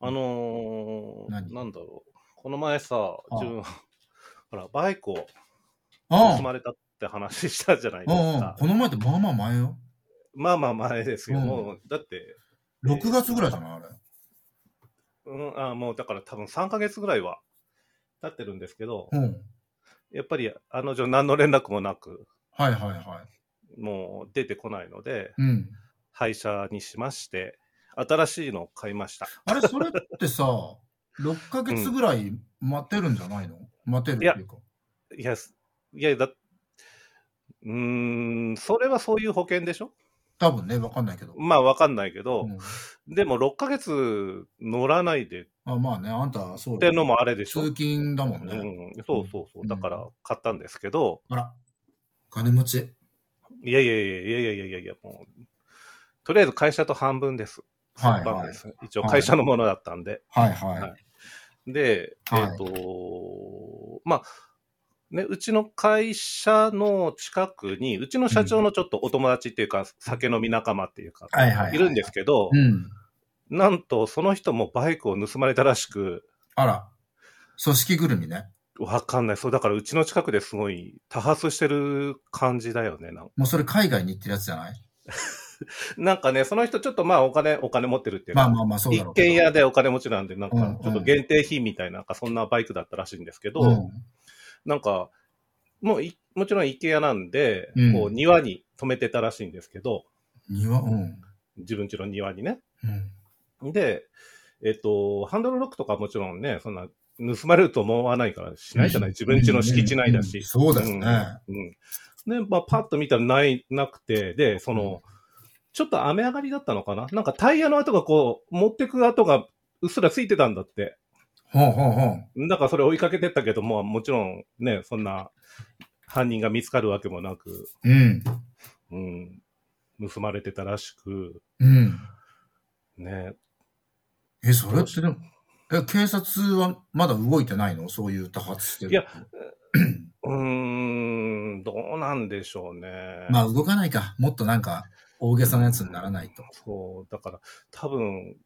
あの何ー、なんだろう。この前さ、あ自分、 ほら、バイクをあ盗まれたって話したじゃないあ、うでんうすんか。。この前ってまあまあ前よ。まあまあ前ですけど、うんもうだって、 6月ぐらいじゃないあれ。うん、あもうだから多分3ヶ月ぐらいは経ってるんですけど、うん。やっぱり、あの女、何の連絡もなく、はいはいはもう出てこないので、い。うん。廃車にしまして、新しいのを買いました。あれ、それってさ、6ヶ月ぐらい待てるんじゃないの、待てるっていうか。いや、すいや、だ、うーん、それはそういう保険でしょ多分ね、わかんないけど。まあわかんないけど、うんでも6ヶ月乗らないでっあまあね、あんた、そう。てのもあれでしょ、通勤だもんうね。ん、そうそうそうう。んだから買ったんですけど、あら、金持ち。いやいやいやいやいやいやいやいや、もう、とりあえず会社と半分です。はい半分はいで。す一応会社のものだったんで。はいははいい。で、えっ、はいとまあ、ね、うちの会社の近くに、うちの社長のちょっとお友達っていうか、酒飲み仲間っていうか、はいはいはいいるんですけど、うん。なんとその人もバイクを盗まれたらしく、あら、組織ぐるみね。わかんない。そう、だからうちの近くですごい多発してる感じだよね。なんもうそれ海外に行ってるやつじゃないなんかね、その人ちょっとまあお金、お金持ってるっていうまあか、まあまあ、そうだろ一うけど。軒家でお金持ちなんで、なんうんかちょっと限定品みたいな、なんかそんなバイクだったらしいんですけど、なんか、もうい、もちろん池屋なんで、うんこう庭に止めてたらしいんですけど、うん。庭、うん。自分家の庭にね。うん。で、えっと、ハンドルロックとかもちろんね、そんな、盗まれると思わないからしないじゃない自分家の敷地内だし。うんうんうんそうですねうん。うんで、まあ、パッと見たらない、なくて、で、その、ちょっと雨上がりだったのかななんかタイヤの跡がこう、持ってく跡がうっすらついてたんだって。ほうほうほう。だからそれ追いかけてったけども、もちろんね、そんな犯人が見つかるわけもなく、うん。うん、盗まれてたらしく、うん。ね、え、それってでも、え、警察はまだ動いてないのそういう多発してる。いや、うーん、どうなんでしょうね。まあ動かないか。もっとなんか、大げさなやつにならないと。そう、だから多分、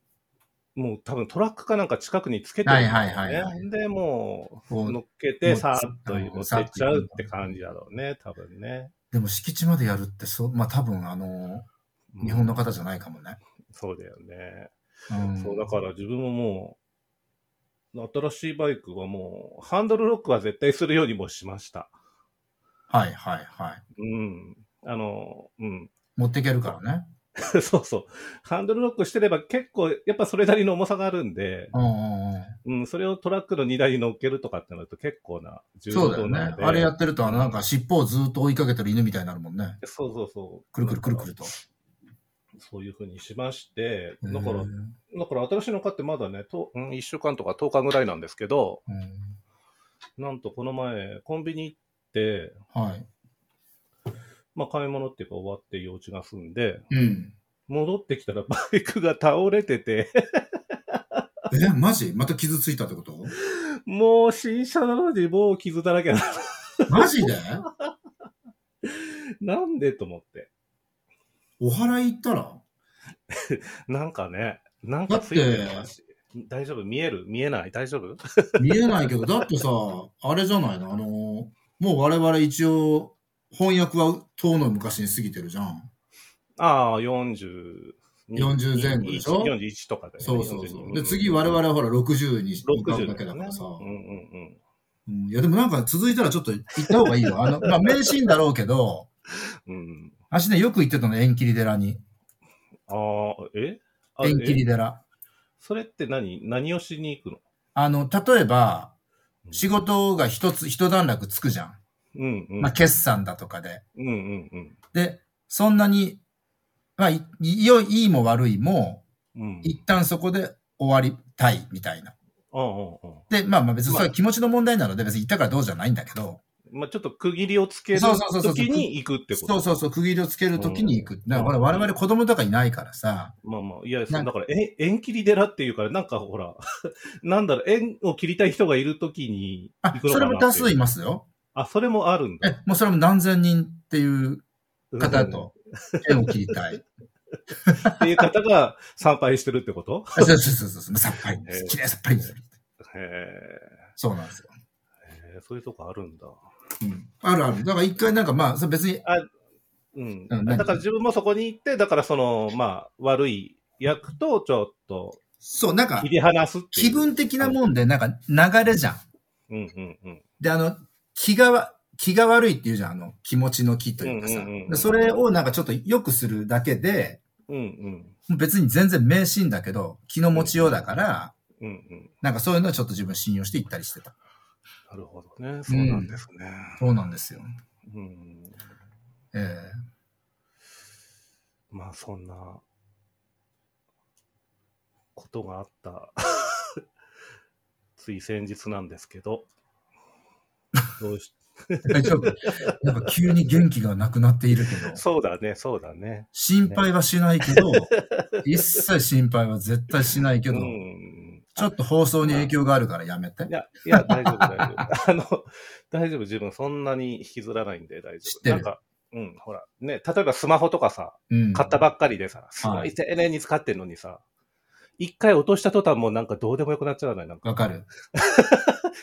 もう多分トラックかなんか近くにつけてるんだろうねはいはいはいはで、もこうう乗っけもてうさーっとうん持ってっちゃうって感じだろうね、多分ね。でも敷地までやるって、そう、まあ多分あの、うん日本の方じゃないかもね。そうだよね。うん。そう、だから自分ももう、新しいバイクはもう、ハンドルロックは絶対するようにもしました。はいはいはい。うん。あの、うん。 持っていけるからね。そうそう。ハンドルロックしてれば結構、やっぱそれなりの重さがあるんで、うんうんうん。うん、それをトラックの荷台に乗っけるとかってなると結構な重そうだ量よなのねで。。あれやってると、あのなんか尻尾をずっと追いかけてる犬みたいになるもんね。そうそうそう。くるくるくるくると。そういうふうにしまして、だかうら、んだから新しいの買ってまだね、とうん、1週間とか10日ぐらいなんですけど、うんなんとこの前、コンビニ行って、はい。まあ、買い物っていうか終わって用事が済んで、うん。戻ってきたらバ イクが倒れてて、え、マジまた傷ついたってこともう新車なのにもう傷だらけな。マジでなんでと思って。お祓い行ったらなんかね、なんかついてるし。大丈夫見える見えない大丈夫見えないけど、だってさ、あれじゃないのあの、もう我々一応、翻訳は遠の昔に過ぎてるじゃん。ああ、40。 40前後でしょ ?41 とかだよね。そうそうそう。 42で、次我々はほら60に60向かうだだけよだかねらさ。うんうんうんいや、でもなんか続いたらちょっと行った方がいいよ。あの、まあ、名シーンだろうけど、うん。うん、私ね、よく行ってたの、縁切り寺に。ああ、えあ縁切えり寺。それって何何をしに行くのあの、例えば、うん仕事が一つ、一段落つくじゃん。うんうん。まあ、決算だとかで。うんうんうん。で、そんなに、まあ、いいよいいも悪いも、うん。一旦そこで終わりたいみたいな。ああ、ああ。で、まあまあ別にそれは気持ちの問題なので別に行ったからどうじゃないんだけど、まあ、ちょっと区切りをつけるそうそうそうそう時に行くってことそうそうそう、区切りをつけるときに行く。だから我々子供とかいないからさ、まあまあ、いや、そなんうだから、え縁切り寺っていうから、なんかほら、 なんだろう、縁を切りたい人がいるときにあ行、くのそかれなも多って数いういますよ。あ、それもあるんだ。え、もうそれも何千人っていううん 方と縁を切りたい。っていう方が参拝してるってことあそうそうそうそう。さっぱりへえ。きれいさっぱりにする。へそうなんですよ。え、へえそういうとこあるんだ。うん。あるある。だから一回なんかまあ、それ別に、うん。うんだから自分もそこに行って、だからその、まあ、悪い役とちょっとそう、なんか切、り離すっていう。気分的なもんで、なんか流れじゃん。うんうんうん。で、あの、気がわ、気が悪いっていうじゃん、あの、気持ちの気というかさ。うんうんうんうんでそれをなんかちょっと良くするだけで、うんうん。別に全然迷信だけど、気の持ちようだから、うんうん。なんかそういうのはちょっと自分信用して行ったりしてた。なるほどね。そうなんですね。そうなんですよ。うんえまあそんなことがあった つい先日なんですけどどうしえ大丈 夫なんか急に元気がなくなっているけど、そうだねそうだね心配はしないけど、一切心配は絶対しないけうど、んちょっと放送に影響があるからやめてい。やいや大丈夫大丈夫 あの大丈夫自分そんなに引きずらないんで大丈知っ夫てるなんかうんほらね例えばスマホとかさうん。買ったばっかりでさすごはいい丁寧に使ってんのにさ一回落とした途端もうなんかどうでもよくなっちゃわないなんかわかる。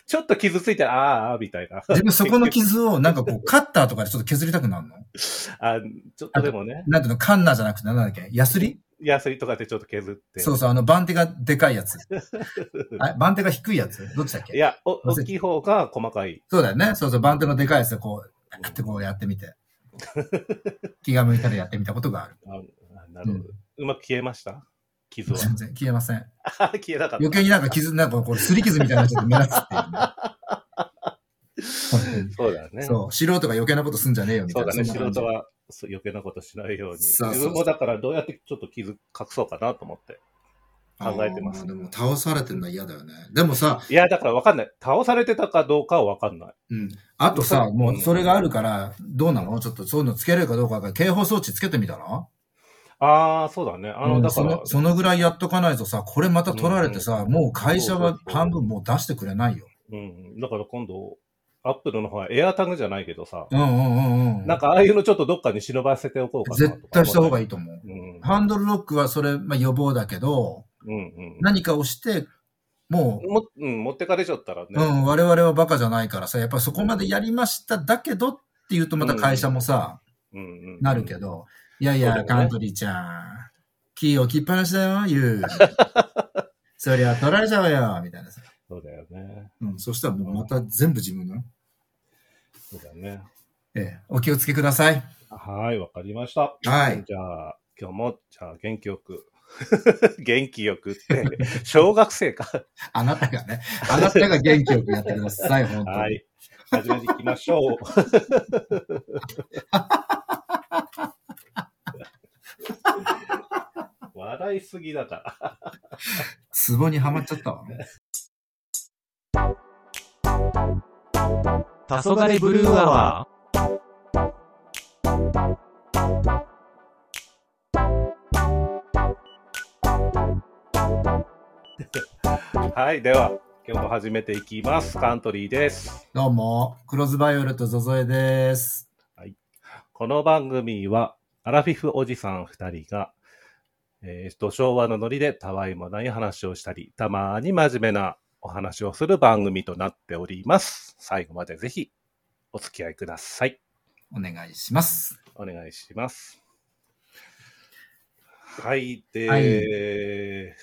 ちょっと傷ついてあーあーみたい な自分そこの傷をなんかこう、カッターとかでちょっと削りたくなるのあちょっとでもね、なんていうの、カンナじゃなくて、なんだっけヤスリヤスリとかでちょっと削って。そうそう、あの、番手がでかいやつ。 あ番手が低いやつどっちだっいけや、お大きい方が細かい。そうだよね。そうそう、番手のでかいやつでこう、パッてこうやって みて。気が向いたらやってみたことがある。ああなるほど、うまく消えました傷は。全然消えません。あ 消えなかった。余計になんか傷、なんかこう、すり傷みたいなのがちょっと目立つっ ていうね、にそうだね。そう、素人が余計なことすんじゃねえよみそたいうな。だね。そんな素感じ人はそう余計なことしないように。そうそうそう自分もだからどうやってちょっと傷隠そうかなと思って考えてますあー。でも倒されてるのは嫌だよね。でもさ、いや、だからわかんない。倒されてたかどうかはわかんない。うん。あとさ、うんもうそれがあるから、どうなのちょっとそういうのつけれるかどうかが警報装置つけてみたらああ、そうだね。あうの、んだかそらの、そのぐらいやっとかないとさ、これまた取られてさ、もう会社は半分もう出してくれないよ。うん。だから今度、アップルの方はエアタグじゃないけどさ、うんうんうんうん。なんかああいうのちょっとどっかに忍ばせておこうかなとか思っ絶対した方がいい。いと思う。うん。ハンドルロックはそれ、まあ予防だけど、うんうん。何かをして、もも、うん、持ってかれちゃったらね。う、うん、我々はバカじゃないからさ、やっぱそこまでやりましただけどっていうとまた会社もさ、うんうんうんなるけ。ど、いやいそうだや、よねカントリーちゃん、キー置きっぱなしだよ、言 う。そりゃ取られちゃうよ、みたいなさ。そうだよね。うん、そしたらもうまた全部自分の。そうだね。ええ、お気をつけください。はい、わかりました。はい。じゃあ、今日も、じゃあ、元気よく。 元気よくっ て、小学生か。あなたがね、あなたが元気よくやってください、本当に。はい。始めていきましょ う。笑いすぎだから。ツボにはまっちゃったわ。黄昏ブルーアワー。 はい、では、今日も始めていきます。カントリーです。どうも、クローズバイオレットゾゾエです。この番組は、アラフィフおじさん2人が、えー、と昭和のノリでたわいもない話をしたり、たまに真面目なお話をする番組となっております。最後までぜひお付き合いください。お願いします。お願いします。はい、で、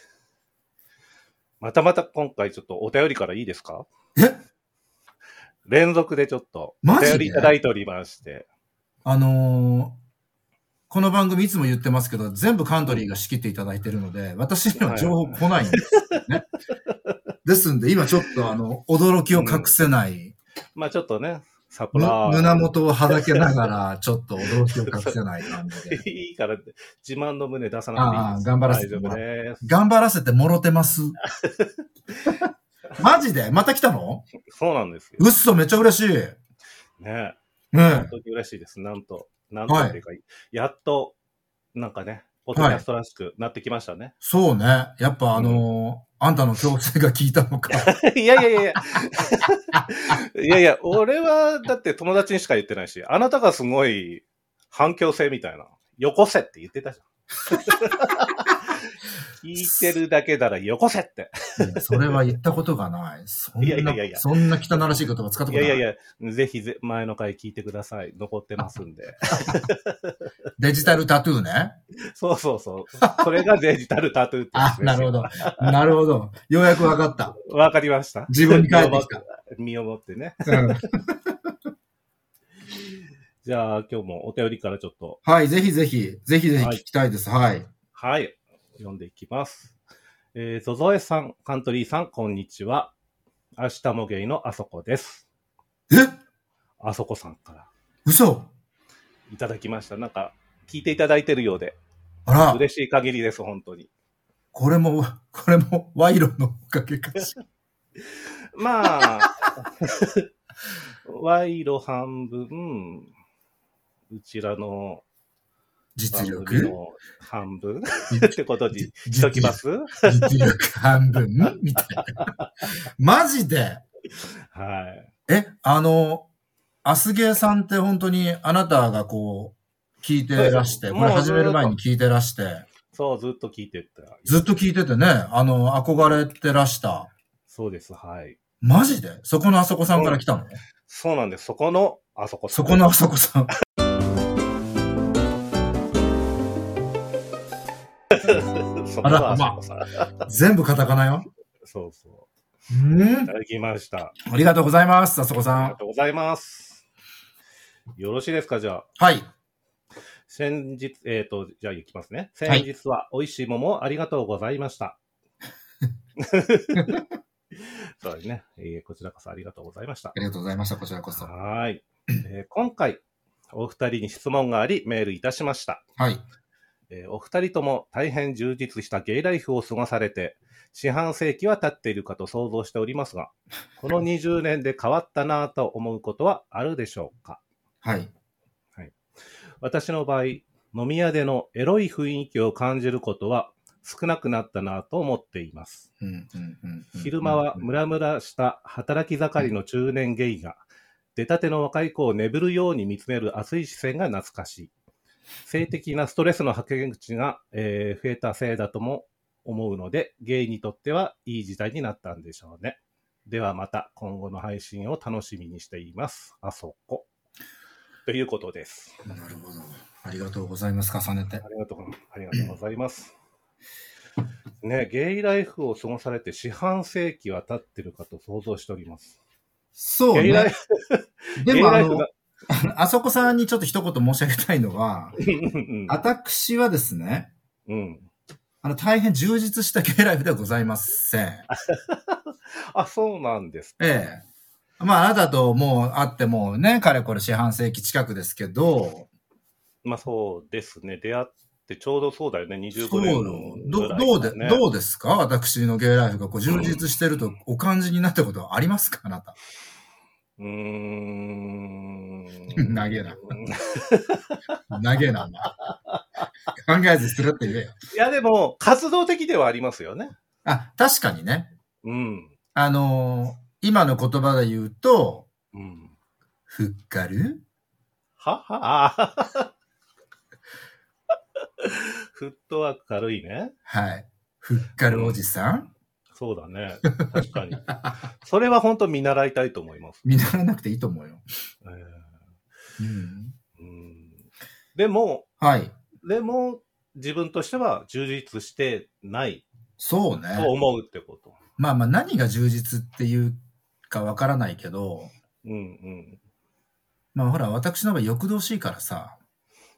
またまた今回ちょっとお便りからいいですかえ連続でちょっとおマジ便でりいただいておりまして、あのーこの番組いつも言ってますけど、全部カントリーが仕切っていただいてるので、私には情報来ないんですよね。ですんで、今ちょっとあの、驚きを隠せない、まあちょっとね、サプむライズ胸元をはだけながら、ちょっと驚きを隠せない感じで。 いいから、自慢の胸出さなくていいです。ああ頑張らせ大て丈夫です。頑張らせてもろてます。マジでまた来たのそうなんですよ。うっそ、めっちゃ嬉しい。ねう本ん。当に嬉しいです。なんと、なんとっていうか、やっと、なんかね、ポッドキャストらしくなってきましたね。そうね。やっぱあのーあんたの強制が効いたのか。 い、やいやいやいや。いやいや、俺は、だって 友達にしか言ってないし、あなたがすごい反響性みたいな。よこせって言ってたじゃん。聞いてるだけならよこせって。うんそれは言ったことがない。そんな、いやいやいやいやそんな汚らしい言葉使ったいことやない。いやいや、ぜひぜ前の回聞いてください。残ってますんで。デジタルタトゥーね。そうそうそう。それがデジタルタトゥーってやあつ、ですなるほど。なるほど。ようやくわかった。わかりました。自分に返ってきた。身をもってね。うんじゃあ今日もお便りからちょっと、はい、ぜひぜひ、ぜひぜひ聞きたいです。はい。はい、読んでいきます。えー、ゾゾエさん、カントリーさん、こんにちは。明日もゲイのあそこです。えあそこさんから嘘いただきました。なんか、聞いていただいてるようで、あら、嬉しい限りです、本当に。これも、これも賄賂のおかげかしら。ま あ、賄賂半分、うちらの実番組力の半分ってことにしときます。実力半分みたいな。マジではい。え、あの、アスゲーさんって本当にあなたがこう、聞いてらして、そうこれ始める前に聞いてらして、そう、ずっと聞いてた。ずっと聞いててね、あの、憧れてらした。そうです、はい。マジでそこのあそこさんから来たの、そうなんです。そこの、あそこさそんこのあそこさん。 そこあらはあそこさん。全部カタカナよ。そうそうう。いんた。だきました。ありがとうございます、あそこありさがん。とうございます。よろしいですか、じゃあ。はい。先日、えっ、と、じゃあ行きますね。先日は美味しい桃をありがとうございま した。 そうですね、えーこちらこそありがとうございましたあ。りがとうございました、こちらこそ。ははーい、えー今回、お二人に質問があり、メールいたしました。い。えーお二人とも大変充実したゲイライフを過ごされて、四半世紀は経っているかと想像しておりますが、こ の20年で変わったなぁと思うことはあるでしょうかはい。私の場合、飲み屋でのエロい雰囲気を感じることは少なくなったなぁと思っています。うんうんうんうん昼間はムラムラした働き盛りの中年ゲイが、出たての若い子を眠るように見つめる熱い視線が懐かしい。性的なストレスの吐け口が、えー増えたせいだとも思うので、ゲイにとってはいい時代になったんでしょうね。ではまた今後の配信を楽しみにしています。あそこ。ということです。なるほど。ありがとうございます、重ねてあ。りがとうごありがとうございます。ね、ゲイライフを過ごされて四半世紀は経ってるかと想像しております。そうゲイライね。フ、でゲイも、ラあイフのが、、 あそこさんにちょっと一言申し上げたいのは、うん私はですね、うん。あの、大変充実したゲイライフではございません。あ、そうなんです。ええ。まあ、あなたともう会ってもうね、かれこれ四半世紀近くですけど、まあそうですね。出会ってちょうどそうだよね。そ25う年よぐどらいどうだでね、どうですか私のゲイライフがこう充実してるとお感じになったことはありますかあなた。うー ん。長えな長えな、お前 考えずするって言えよ。いや、でも、活動的ではありますよね。あ、確かにね。うん。あのー今の言葉で言うと、うん。ふっかるはは フットワーク軽いね。はい。ふっかるおじ さん、そうだね。確かに。それは本当見習いたいと思います。見習わなくていいと思うよ。えーうん。うん、でも、はい。でも、自分としては充実してないそうとね。思うってこと。まあまあ何が充実っていうかわからないけど、うんまあほら私の場合欲々しいからさ、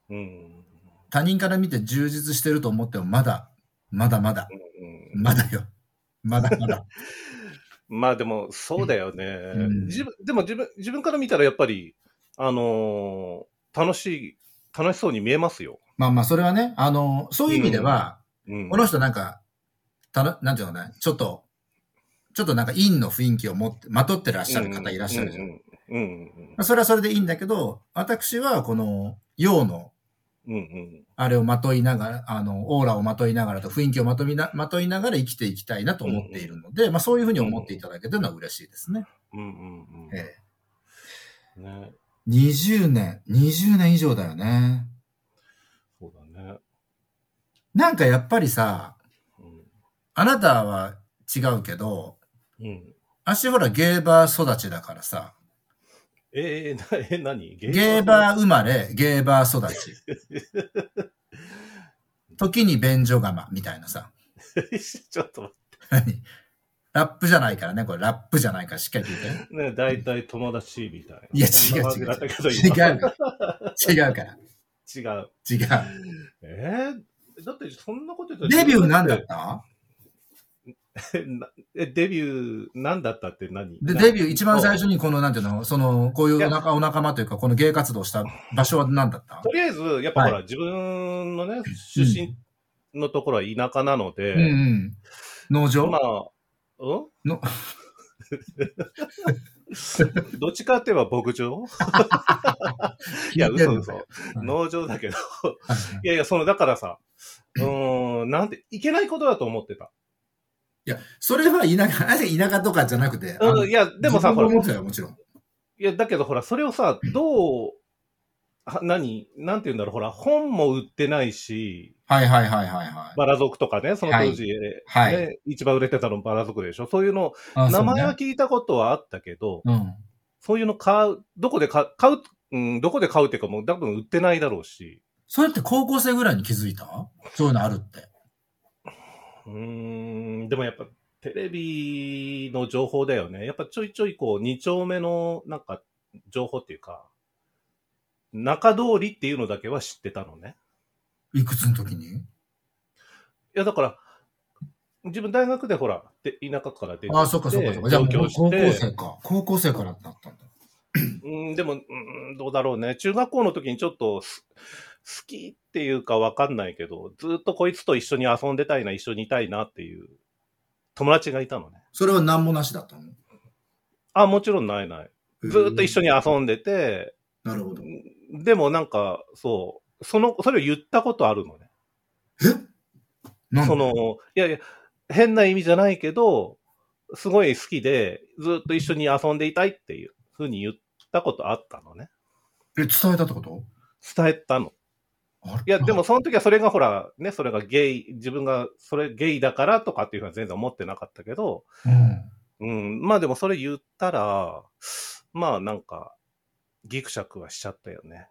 うん。うん。他人から見て充実してると思ってもまだ、まだまだ、うん、まだよ。まだ まだ。まあでも、そうだよね。うん自分でも自分、自分から見たらやっぱり、あのー楽しい、楽しそうに見えますよ。まあまあそれはね、あの、そういう意味では、うんこ。の人なんか、たの、なんていうのかな、ちょっと、ちょっとなんか陰の雰囲気を持って、まとってらっしゃる方いらっしゃるじゃん。うんうんうんまあそれはそれでいいんだけど、私はこの、陽の、うんうんあれをまといながら、あの、オーラをまといながらと雰囲気をまといな、まといながら生きていきたいなと思っているので、まあそういうふうに思っていただけてるのは嬉しいですね。うんうんうんえうん。ね。え。20年、20年以上だよね。そうだね。なんかやっぱりさ、うんあなたは違うけど、うん。私ほらゲーバー育ちだからさ、えー、な、え、何ゲゲーバー生まれ、ゲーバー育ち。 時に便所釜みたいなさ。ーちょっと待何ラップじゃないからね、これラップじゃないからしっかり聞いてね。って、ね、大体友達みたいな。いや、そん違なう感じだった違うけど違う。違う今から。違うから。違う。違う。えー、だってそんなこと言ったらデビューなんだったえなえ、デビュー、なんだったって何で、デビュー一番最初にこの、なんていうの、その、こういうお仲お仲間というか、この芸活動した場所は何だったとりあえず、やっぱほら、は自分のね、出身のところは田舎なので、うんうん。農場まあ、うんの どっちかって言えば牧場いや、聞いてん嘘嘘。のうん農場だけど。はいはいいやいや、その、だからさ、うーん、なんて、いけないことだと思ってた。いや、それは田舎、あ れ田舎とかじゃなくて。あのうん、いや、でもさ、自ほら、い分思ってたよ、もちろん。や、だけどほら、それをさ、どう、は何なんて言うんだろう、ほら、本も売ってないし、はいはいはいはいはい。バラ族とかね、その当時、ねはい一番売れてたのバラ族でしょ。そういうの、あ名前そうはね聞いたことはあったけど、うん。そういうの買う、どこで買う、買う、うん、どこで買うっていうかもう多分売ってないだろうし、それって高校生ぐらいに気づいたそういうのあるって。うーん、でもやっぱテレビの情報だよね。やっぱちょいちょいこう、二丁目のなんか情報っていうか、中通りっていうのだけは知ってたのね。いくつの時にいや、だから、自分大学でほら、で田舎から出てきてああ、そっかそっかそっか。じゃあも上京う高し校て、生か。高校生からだったんだ。うん、でも、うん、どうだろうね。中学校の時にちょっとす、好きっていうかわかんないけど、ずっとこいつと一緒に遊んでたいな、一緒にいたいなっていう友達がいたのね。それは何もなしだったのあ、もちろんないない。ずっと一緒にん遊んでて、なるほど。でもなんか、そう、その、それを言ったことあるのね。なんでそ、の、いやいや、変な意味じゃないけど、すごい好きで、ずっと一緒に遊んでいたいっていうふうに言ったことあったのね。え、伝えたってこと伝えたの。あれいや、でも、その時はそれがほら、ね、それがゲイ、自分がそれゲイだからとかっていうふうには全然思ってなかったけど、うん。うん、まあでもそれ言ったら、まあなんか、ギクシャクはしちゃったよね。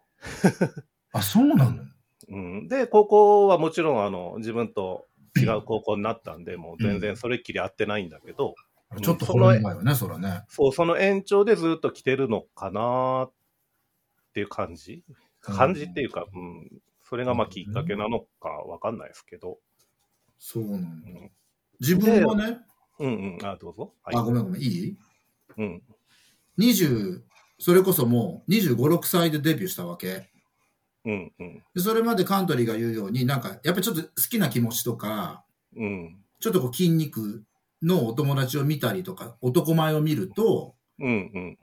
あ、そうなのうん、で、高校はもちろんあの、自分と違う高校になったんで、もう全然それっきり会ってないんだけど、うんちょっとほろ苦いよね、そらね。。そう、その延長でずっと来てるのかなっていう感じ感じっていううか、うん、それがまあきっかけなのかわかんないですけど、そうなう。のん、自分もね、うん、うん、あ、どうぞ。はいあ、ごめんごめん、いいうん。 ?20、それこそもう25、6歳でデビューしたわけ。うん。うん。でそれまでカントリーが言うように、なんか、やっぱりちょっと好きな気持ちとか、うん。ちょっとこう筋肉のお友達を見たりとか、男前を見ると、うん。うん。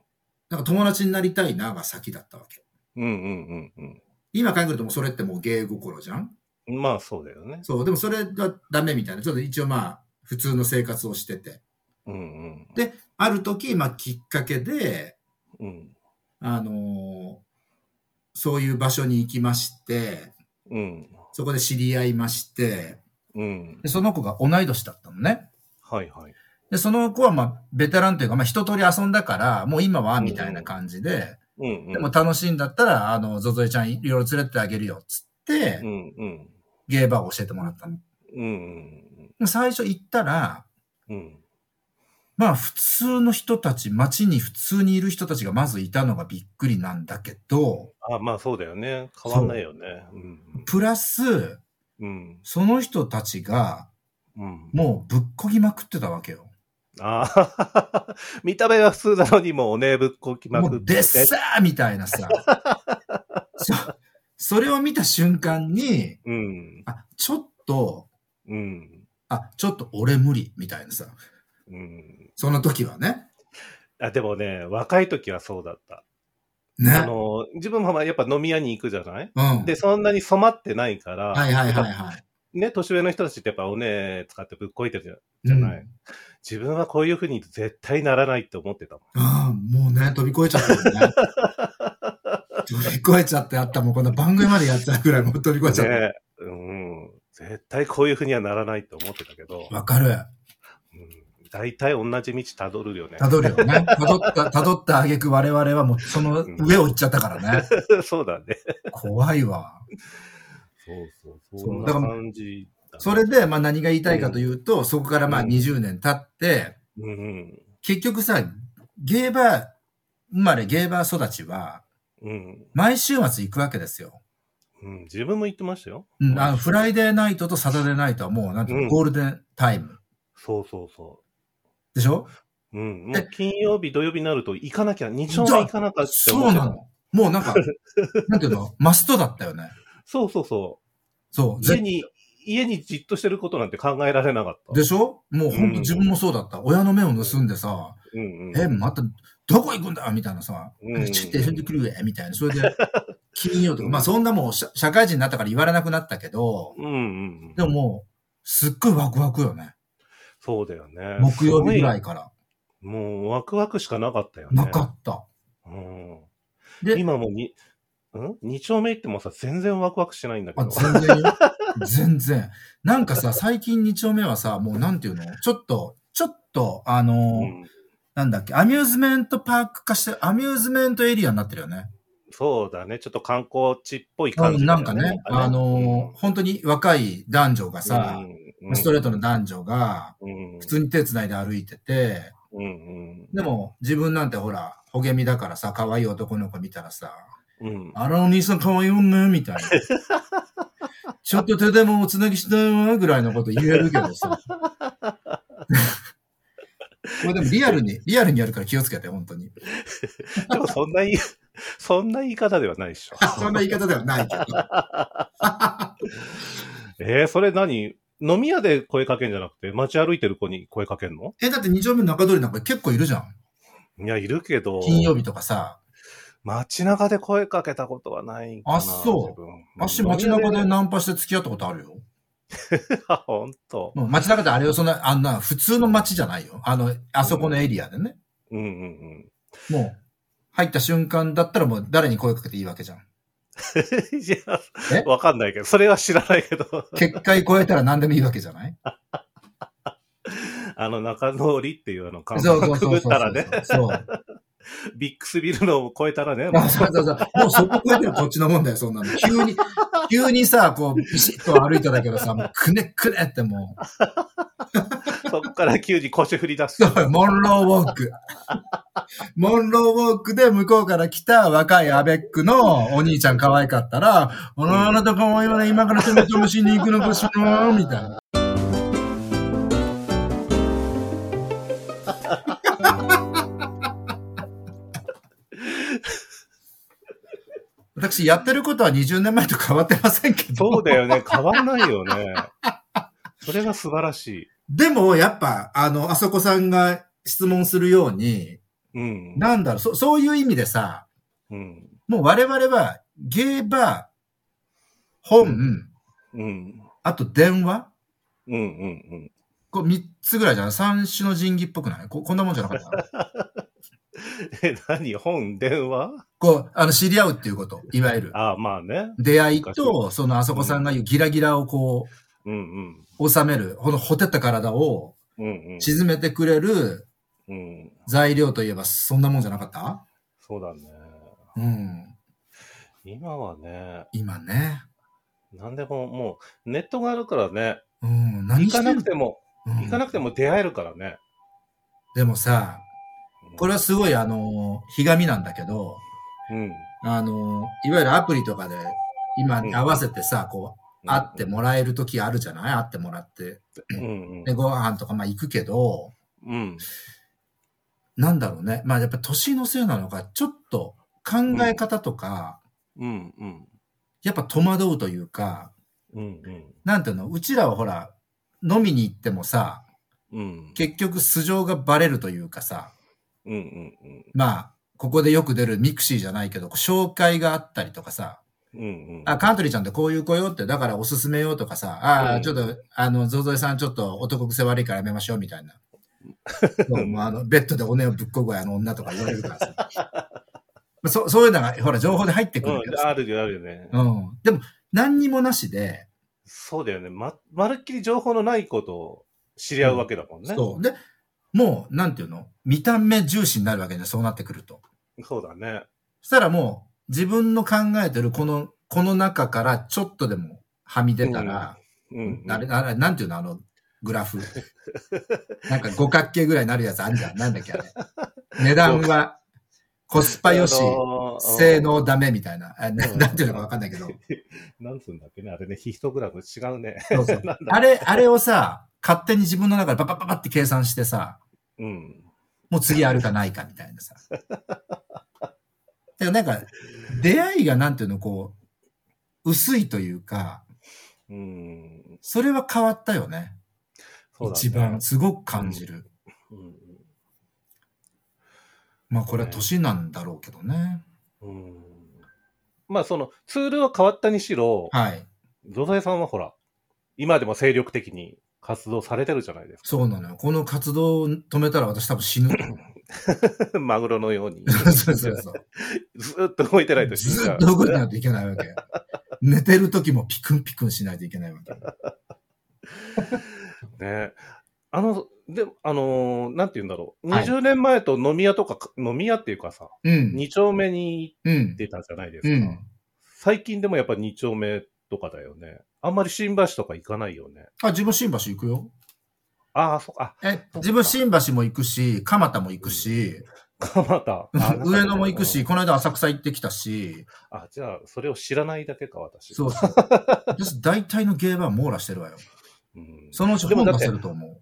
なんか友達になりたいなが先だったわけ。うん。うん。うん。今考えるともうそれってもう芸心じゃんうん。まあ、そうだよね。そう、でもそれはダメみたいな。ちょっと一応まあ、普通の生活をしてて。うん。で、ある時、まあきっかけで、うん。うん。あのーそういう場所に行きまして、うん。そこで知り合いまして、うん。でその子が同い年だったのね。はいはい。で、その子はまあ、ベテランというか、まあ一通り遊んだから、もう今は、みたいな感じで、うん。でも楽しいんだったら、あの、ゾゾエちゃんいろいろ連れてってあげるよ、つって、うん。うん。ゲーバーを教えてもらったの。うん。最初行ったら、うん。まあ普通の人たち、街に普通にいる人たちがまずいたのがびっくりなんだけど、あ、まあ、そうだよね。変わんないよね。うん。プラス、うん。その人たちがうん。もうぶっこぎまくってたわけよ。ああ、見た目が普通なのにもうね、ぶっこきまもくっうて。でっさーみたい なさ。そ、それを見た瞬間に、うん。あ、ちょっと、うん。あ、ちょっと俺無理みたいなさ。うん。その時はね。あ、でもね、若い時はそうだった。あね。の、自分もやっぱ飲み屋に行くじゃないうん。で、そんなに染まってないから、はいはいはいはい。ね、年上の人たちってやっぱおね使ってぶっこいてるじゃん。じゃない自分はこういう風に絶対ならないって思ってたもん。ああ、もうね、飛び越えちゃっ たよね。飛び越えちゃってあったもん、こんな番組までやっちゃうぐらいもう飛び越えちゃった。ね、うん。絶絶対こういうふうにはならないと思ってたけど、わかる。うん、大体同じ道たどるよね。たどるよ ね。たどった、たどった挙句我々はもうその上を行っちゃったから ね。そうだね。怖いわ。そうそう、そうそんなだから感じだね、それで、まあ何が言いたいかというと、そこからまあうん20年経って、うんうん。結局さ、ゲーバー、生まれゲーバー育ちは、うん。毎週末行くわけですよ。うん、自分も言ってましたよ。うん、あの、フライデーナイトとサタデーナイトはもう、なんていううんの、ゴールデンタイム。そうそうそでしょう。うん。もでう金曜日、土曜日になると行かなきゃ、日曜日行かなきゃってそ思うってなた。の。もう なんか、なんていうの、マストだったよね。そうそうそ。そうう。家ぜに、家にじっとしてることなんて考えられなかった。でしょもうほんうんと自分もそうだった。親の目を盗んでさ、うんうん。え、また、どこ行くんだみたいなさ、うんちって遊んでくるわみたいな。それで、金曜とか、まあそんなもう社社会人になったから言われなくなったけど、うんうんうん。でももう、すっごいワクワクよね。そうだよね。木曜日ぐらい。いから。もうワクワクしかなかったよね。なかった。うん。で、今もうに、ん二丁目行ってもさ、全然ワクワクしないんだけあど。全然よ全然。なんかさ、最近2丁目はさ、もうなんていうのちょっと、ちょっと、あのーうんなんだっけ、アミューズメントパーク化して、アミューズメントエリアになってるよね。そうだね。ちょっと観光地っぽい感うじん、だなよ、んかね、あのー本当に若い男女うがんさ、うんうんストレートの男女が、うん普通に手繋いで歩いてて、うんでも自分なんてほら、ほげみだからさ、可愛い男の子見たらさ、うんうんあらお兄さん可愛いよね、みた いな。ちょっと手でもおつなぎしたいわ、ぐらいのこと言えるけ どさ。これでもリアルに、リアルにやるから気をつけて、本当に。でもそんな言い、そんな言い方ではないで しょ。そんな言い方ではないけど。えー、それ何飲み屋で声かけんじゃなくて、街歩いてる子に声かけんのえ、だって二丁目の中通りなんか結構いるじゃん。いや、いるけど、金曜日とかさ。街中で声かけたことはないかな。あそう自分。私街中で飲みナンパして付き合ったことあるよ。屋で。 あ、ほんと。うん街中であれよ、そんな、あんな、普通の街じゃないよ。あの、あそこのエリアでね。うんうんうん。 もう、入った瞬間だったらもう誰に声かけていいわけじゃん。 いやえ、わかんないけど、それは知らないけど、 結界超えたら何でもいいわけじゃないあの中通りっていうあの看板そうそうくそぐっうそうたらね、。そう。ビックスビルのを越えたらね、もうあそうそうそう。もうそこ超えてるこっちのもんだよ、そんなの。急に、急にさ、こう、ビシッと歩いただけどさ、もうくねくねってもう、そこから急に腰振り出す。そう モンローウォーク。モンローウォークで向こうから来た若いアベックのお兄ちゃん可愛かったら、あらあなた可愛いわね、今から手もともしに行くのかしら、みたいな。私、やってることは20年前と変わってませんけど。そうだよね、変わんないよね。それが素晴らしい。でも、やっぱ、あの、あそこさんが質問するように、うん。なんだろう、そそういう意味でさ、うん。もう我々は、ゲーバー、本、うん。あと電話うんうんこう三つぐらいじゃない三種の神器っぽくないここんなもんじゃなかった うん。え、何本電話こう、あの、知り合うっていうこと。いわゆる。ああ、まあね。出会いと、そのあそこさんが言うギラギラをこうんう、収める、このほてった体をうん。うん沈めてくれるうん。うん。材料といえば、そんなもんじゃなかったそうだね。うん。今はね、今ね。何でももうネットがあるからね、うん。何行してかんなくても、うん行かなくても出会えるからね。でもさ、これはすごいあの、ひがみなんだけど、うん。あの、いわゆるアプリとかで、今うん合わせてさ、こう、会ってもらえる時あるじゃない会ってもらって。うんうんで、。ご飯とか、まあ行くけど、うん。なんだろうね。まあやっぱ年のせいなのか、ちょっと考え方とか、うんうん。やっぱ戸惑うというか、うんうん。なんていうの、うちらはほら、飲みに行ってもさ、うん。結局素性がバレるというかさ、うんうんうん。まあ、ここでよく出るミクシーじゃないけど、紹介があったりとかさ、うんうん。あ、カントリーちゃんってこういう子よって、だからおすすめよとかさ、あうあ、んちょっと、あの、ゾゾエさんちょっと男癖悪いからやめましょうみたい な。そうもうあの、ベッドでおねをぶっこぐわいあの女とか言われるから さ。まあそそういうのが、ほら、情報で入ってくるけうどん、さ。あるよ、あるよね。うん。でも、何にもなしで、そうだよね。ま、まるっきり情報のないことを知り合うわけだもんね。そう。で、もう、なんていうの見た目重視になるわけね、そうなってくると。そうだね。そしたらもう、自分の考えてるこの、この中からちょっとでもはみ出たら、うん。あれ、あれ、なんていうのあの、グラフ。 なんか五角形ぐらいになるやつあんじゃん。なんだっけあ れ。値段は、コスパよし、のー性。能ダメみたいな。あなうんなんていうのかわかんないけど。 なんつうんだっけね。あれね、ヒストグラム違うね。そうそうなんだあれ、あれをさ、勝手に自分の中でパパパパって計算してさ、うん。もう次あるかないかみたいなさ。だからなんか、出会いがなんていうの、こう、薄いというか、うん。それは変わったよね。そうだね一番、。すごく感じる。うんまあこれは年なんだろうけどね。うん。まあ、その、ツールは変わったにしろ、はい。ゾゾエさんはほら、今でも精力的に活動されてるじゃないですそうなのよ。この活動を止めたら私多分 死ぬ。か。 マグロのように。 そうそうそうそう。ずーっと動いてないと死んじずゃっうと動いてないといけないわけ。寝てる時もピクンピクンしないといけないわけ。ね。あの、で、あのーなんて言うんだろう。はい20年前と飲み屋とか、飲み屋っていうかさ、うん。 2丁目に行うんっ。てたじゃないですか。うん。最近でもやっぱ2丁目とかだよね。あんまり新橋とか行かないよね。あ、自分新橋行くよ。ああ、そっか。え、自分新橋も行くし、蒲田も行くし、あ蒲 田。あ上野も行く。うし、んこの間浅草行ってきたし、あ、じゃあ、それを知らないだけか、私。そうそう。私大体のゲーバー網羅してるわよ。うん。そのうち本出せると思う。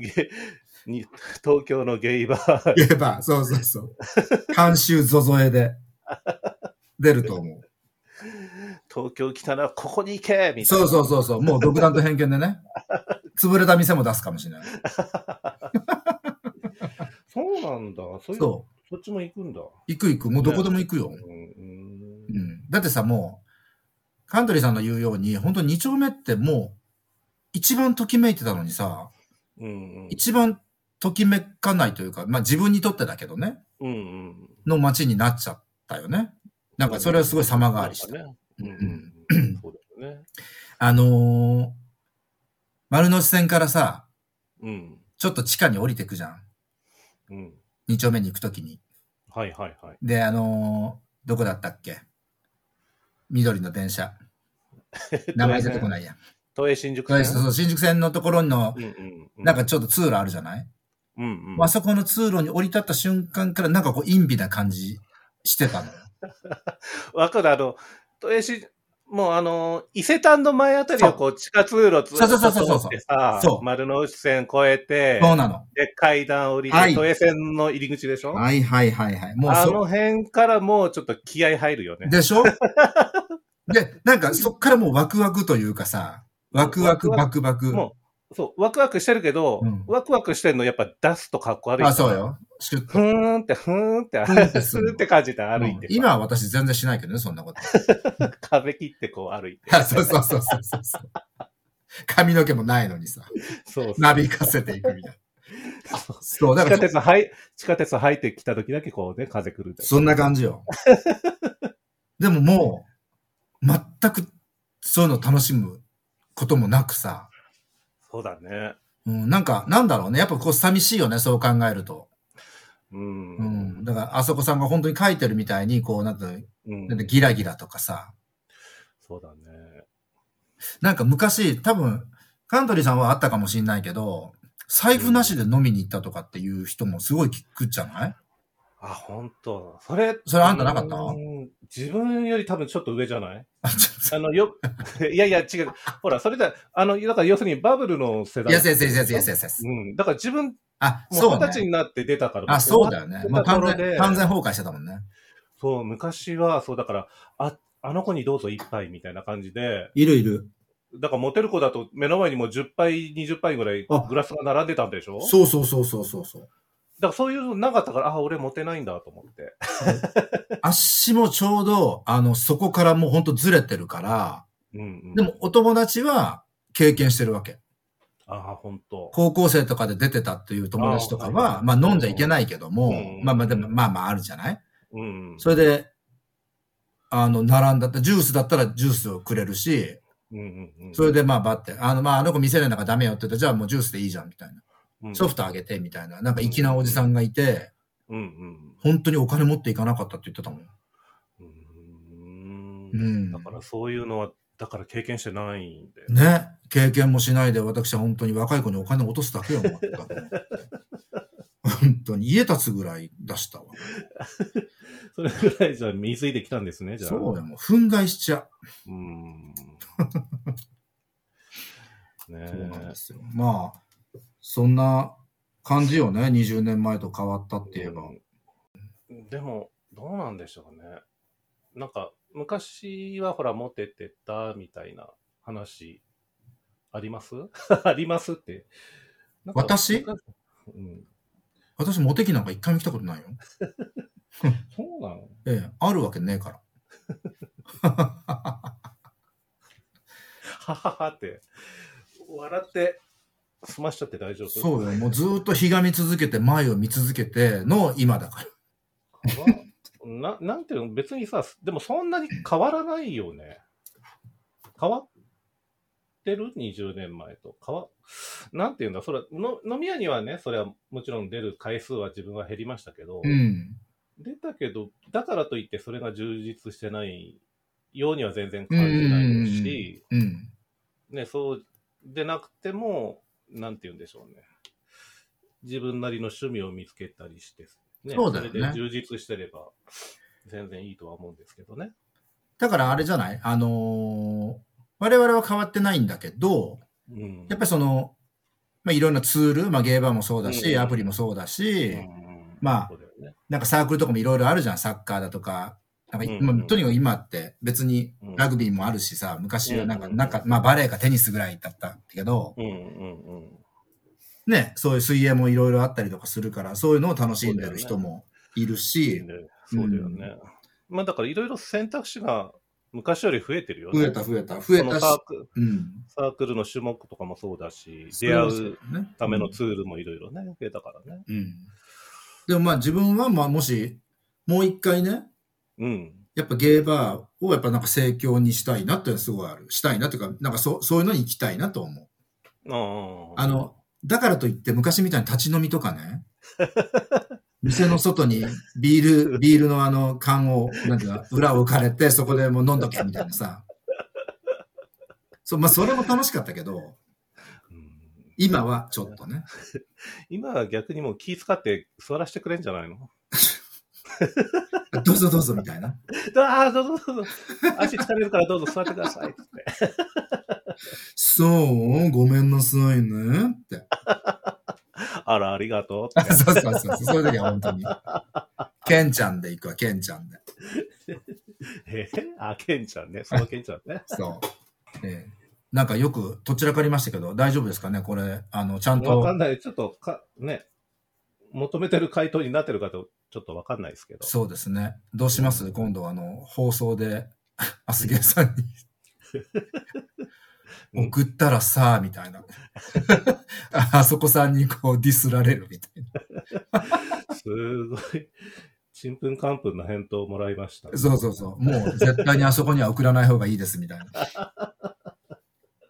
げ に東京のゲイバー。 ゲーバー、そうそうそう。監修ゾゾエで出ると思う。東京来たらここに行けみたいそな。うそうそうそう。もう独断と偏見でね。潰れた店も出すかもしれない。そうなんだ。そういう、そそう。っちも行くんだ。行く行く。もうどこでも行くよ。うんうんうん。だってさ、もう、カントリーさんの言うように、本当二丁目ってもう、一番ときめいてたのにさ、うんうん一番ときめかないというか、まあ自分にとってだけどね、うんうん。の街になっちゃったよね。なんかそれはすごい様変わりしてなんかね。うんううん ん。そうだよね。あのー、丸の内線からさ、うん。ちょっと地下に降りてくじゃん。うん。二丁目に行くときに。はいはいはい。で、あのーどこだったっけ緑の電 車。名前出てこないや。都営新宿そう線。そう、新宿線のところのう、んうんうん。なんか、ちょっと通路あるじゃない、うんうん。あそこの通路に降り立った瞬間から、なんかこう、陰微な感じしてたのよ。わかる、あの、都営新、もうあの、伊勢丹の前あたりをこう、地下通路ずっそうそうそうそうとそ通うってさそう、丸の内線越えて、そうなの。で、階段降りはいて、都営線の入り口でしょはいはいはいはい。もうあその辺からもうちょっと気合入るよねう。。でしょ で、なんかそっからもうワクワクというかさ、ワクワクバクバク。もう、そう、ワクワクしてるけど、うんワクワクしてるのやっぱ出すとかっこ悪いからあ、そう。よ。シュッふーんって、ふーんって、ふーんってすするるって感じで歩いて、今は私全然しないけどね、そんなこと。壁切ってこう歩いて。あそうそうそうそうそうそう。 髪の毛もないのにさ、そうそう。なびかせていくみたいな。そう、だ地か下ら鉄はい、地下鉄入ってきた時だけこうね、風来る。そんな感じよ。でももう、全くそういうの楽しむこともなくさ、そうだね。うん、なんか、なんだろうね。やっぱこう寂しいよね、そう考えると。う。うんん。だから、あそこさんが本当に書いてるみたいに、こう、なんていううんの、なんてギラギラとかさ。そうだね。なんか昔、多分、カントリーさんはあったかもしんないけど、財布なしで飲みに行ったとかっていう人もすごい聞くじゃない あ、本当。それ、それあんたなかったうん自分より多分ちょっと上じゃないあちあょっの、よ、 いやいや、違う。ほら、それだ、あの、だから要するにバブルの世と代。いや、先生、先生、先生。うん。だから自分あ、もうそう二十歳ね。になって出たから。あ、そうだよね。もう完終わって全、た完頃で全崩壊してたもんね。そう、昔は、そう、だから、あ、あの子にどうぞ一杯みたいな感じで、いるいる。だからモテる子だと目の前にもう10杯、20杯ぐらいあグラスが並んでたんでしょだかそうそうそうそうそ うそう。らそういうのなかったから、あ、俺モテないんだと思って。足もちょうど、あの、そこからもうほんとずれてるから、うん、うん。でも、お友達は経験してるわけ。ああ、本当。高校生とかで出てたっていう友達とかは、あまあ飲んじゃいけないけども、うんまあまあでも、まあまああるじゃないうん。それで、あの、並んだった、ジュースだったらジュースをくれるし、うんうんうん。それでまあバッて、あの、まああの子店でなんかダメよって言ったら、じゃあもうジュースでいいじゃんみたいな。うんソフトあげてみたいな。なんか粋なおじさんがいて、うんうん本当にお金持っていかなかったって言ってたもん。うん。ううんんだ。からそういうのは、だから経験してないんで。ね。経験もしないで、私は本当に若い子にお金を落とすだけよ、全く本当に家建つぐらい出したわ。それぐらいじゃ見ついてきたんですね、じゃあ。そうだよ、もう憤慨しちゃうーん。ねう。そうなんえで。すよ。まあ、そんな感じよね、20年前と変わったって言えば。うんでも、どうなんでしょうね。なんか、昔はほら、モテてたみたいな話、あります ありますって。なんか私うん。私、モテ期なんか一回も来たことな いよ。そうなの ええ、あるわけねえから。 はははって。笑って、済ましちゃって大丈夫そうよ。もうずーっとひがみ続けて、前を見続けての今だから。変 わななんていうの別にさでもそんなに変わらないよね変わってる20年前と変わなんていうんだそれはの飲み屋にはねそれはもちろん出る回数は自分は減りましたけど、うん。出たけどだからといってそれが充実してないようには全然うん感じないし、うん。ね、そうでなくても、なんて言うんでしょうね。自分なりの趣味を見つけたりして、ね、そうだよねれで充実してれば、全然いいとは思うんですけどね。だからあれじゃないあのー我々は変わってないんだけど、うん。やっぱりその、まあ、いろんなツール、まあ、ゲーバーもそうだし、うんアプリもそうだし、うんまあそうだよねなんかサークルとかもいろいろあるじゃん、サッカーだとか。なんかいうんうんまあとにかく今って別にうんラグビーもあるしさ、昔はなんか、うんうんなんか、まあバレエかテニスぐらいだったけど、うんうんうん。ね、そういう水泳もいろいろあったりとかするから、そういうのを楽しんでる人もいるし、ねそうだよね。まあだからいろいろ選択肢が昔より増えてるよね。増えた増えた、増えそたのしサ、ークうん。サークルの種目とかもそうだし、出会うためのうんツールもいろいろね、増えたからね。うん。でもまあ自分はまあもし、もう一回ね、うん。やっぱゲーバーをやっぱなんか盛況にしたいなっていうのはすごいある。したいなっていうか、なんかそう、そういうのに行きたいなと思う。ああ、の、だからといって昔みたいに立ち飲みとかね、店の外にビール、ビールのあの缶を、なんていうの、裏を置かれてそこでもう飲んどけみたいなさ。そう、まあそれも楽しかったけど、うん今はちょっとね。今は逆にもう気遣って座らせてくれんじゃないの どうぞどうぞみたいな。ああ、どうぞどうぞ。足疲れるからどうぞ座ってくださいっつって。 そう、ごめんなさいねって。あら、ありがとう って。そうそうそうそう、そういう時は本当に。ケンちゃんで行くわ、ケンちゃんで。えー、あ、ケンちゃんね。そのケンちゃんね。そう。ええなんかよく、どちらかりましたけど、大丈夫ですかねこれ、あの、ちゃんわかとん。ない。ちょっとか、ね、求めてる回答になってるかと、ちょっとわかんないですけど。そうですね。どうします今度、あの、放送で、 アスゲーさ んうに。ん送ったらさ、みたいな。 ああそこさんにこうディスられるみたいすごい。 ちんぷんかんぷんの返答をもらいました。な。そうそう そう。もう絶対にあそこには送らない方がいいですみたいな。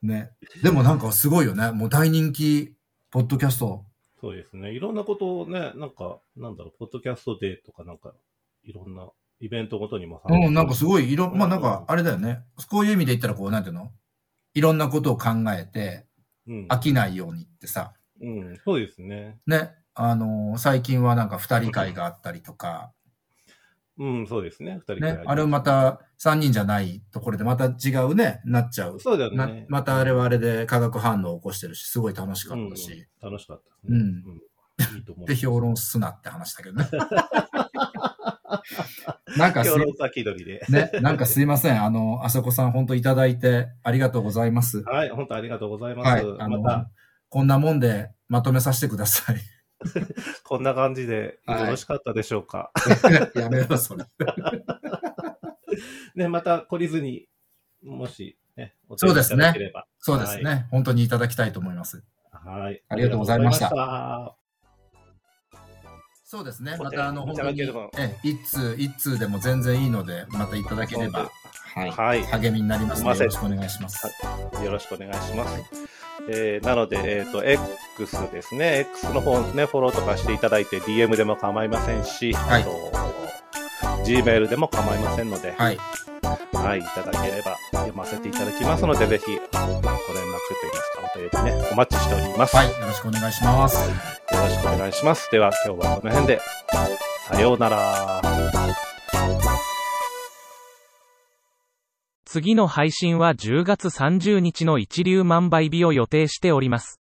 ね。でもなんかすごいよね。もう大人気、ポッドキャスト。そうですね。いろんなことをね、なんか、なんだろう、ポッドキャストデーとかなんか、いろんなイベントごとにもうん、なんかすごい、いろ、うんまあなんか、あれだよね。こういう意味で言ったら、こう、なんていうのいろんなことを考えて、うん、飽きないようにってさ、うん、そうですね。ね、あのー最近はなんか二人会があったりとか、うん、そうですね。二人くらいね、あれまた三人じゃないところでまた違うね、なっちゃう。そうだよなね。またあれはあれで化学反応を起こしてるし、すごい楽しかうん、ったし、楽しかった。うんいいと思う。で、評論すなって話だけど ね。 なんかす評、論先取りで。ね、なんかすいません。あの、あそこさん本当いただいてありがとうございます。はい、本当ありがとうございまはす。い。あの、また、こんなもんでまとめさせてく ださい。こんな感じではいよろしかったでしょうか。やめろ、それ。ね、また懲りずに、もし、ね、おそうです便りいただねければそうですね、は本当にいただきたいと思います。はい。ありがとうございましたありがとうございました。そうですね。おま手た、あの、い本た当だに、けれえばえ、一通、一通でも全然いいので、またいただければ、はい。はい。励みになりますのすいまで、よせろしくお願いします。よろしくお願いします。えーなので、えっ、と、X ですね。X の方ね、フォローとかしていただいて、DM でも構いませんし、はいあと、Gmail でも構いませんので、はい。はい、いただければ読ませていただきますので、ぜひ、ご連絡といいますか、お便りね、お待ちしております。はい。よよろしくお願いします。ろしくお願いします。では、今日はこの辺で、さようなら。次の配信は10月30日の一粒万倍日を予定しております。